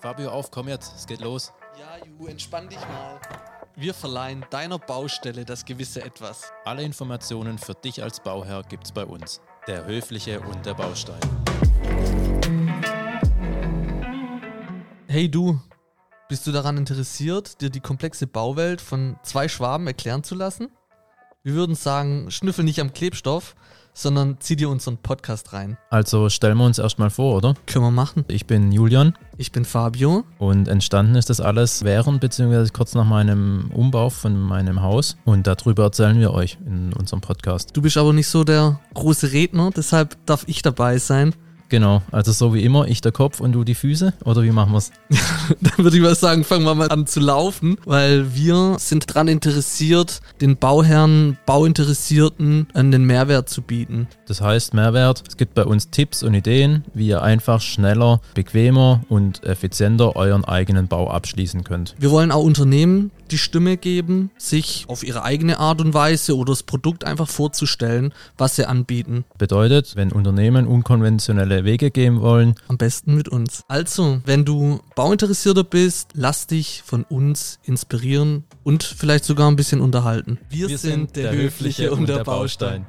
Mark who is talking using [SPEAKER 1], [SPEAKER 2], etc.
[SPEAKER 1] Fabio, auf, komm jetzt, es geht los.
[SPEAKER 2] Ja, Ju, entspann dich mal. Wir verleihen deiner Baustelle das gewisse Etwas.
[SPEAKER 1] Alle Informationen für dich als Bauherr gibt's bei uns. Der Höfliche und der Baustein.
[SPEAKER 2] Hey du, bist du daran interessiert, dir die komplexe Bauwelt von zwei Schwaben erklären zu lassen? Wir würden sagen, schnüffel nicht am Klebstoff, sondern zieh dir unseren Podcast rein.
[SPEAKER 1] Also stellen wir uns erstmal vor, oder?
[SPEAKER 2] Können wir machen.
[SPEAKER 1] Ich bin Julian
[SPEAKER 2] Ich bin Fabio.
[SPEAKER 1] und entstanden ist das alles während bzw. kurz nach meinem Umbau von meinem Haus und darüber erzählen wir euch in unserem Podcast.
[SPEAKER 2] Du bist aber nicht so der große Redner, deshalb darf ich dabei sein.
[SPEAKER 1] Genau, also so wie immer, ich der Kopf und du die Füße oder wie machen wir's?
[SPEAKER 2] Dann würde ich mal sagen, fangen wir mal an zu laufen, weil wir sind daran interessiert, den Bauherren, Bauinteressierten äh, einen Mehrwert zu bieten.
[SPEAKER 1] Das heißt Mehrwert, es gibt bei uns Tipps und Ideen, wie ihr einfach schneller, bequemer und effizienter euren eigenen Bau abschließen könnt.
[SPEAKER 2] Wir wollen auch Unternehmen die Stimme geben, sich auf ihre eigene Art und Weise oder das Produkt einfach vorzustellen, was sie anbieten.
[SPEAKER 1] Bedeutet, wenn Unternehmen unkonventionelle Wege gehen wollen,
[SPEAKER 2] Am besten mit uns. Also, wenn du Bauinteressierter bist, lass dich von uns inspirieren und vielleicht sogar ein bisschen unterhalten. Wir,
[SPEAKER 1] Wir sind der Höfliche und der Baustein.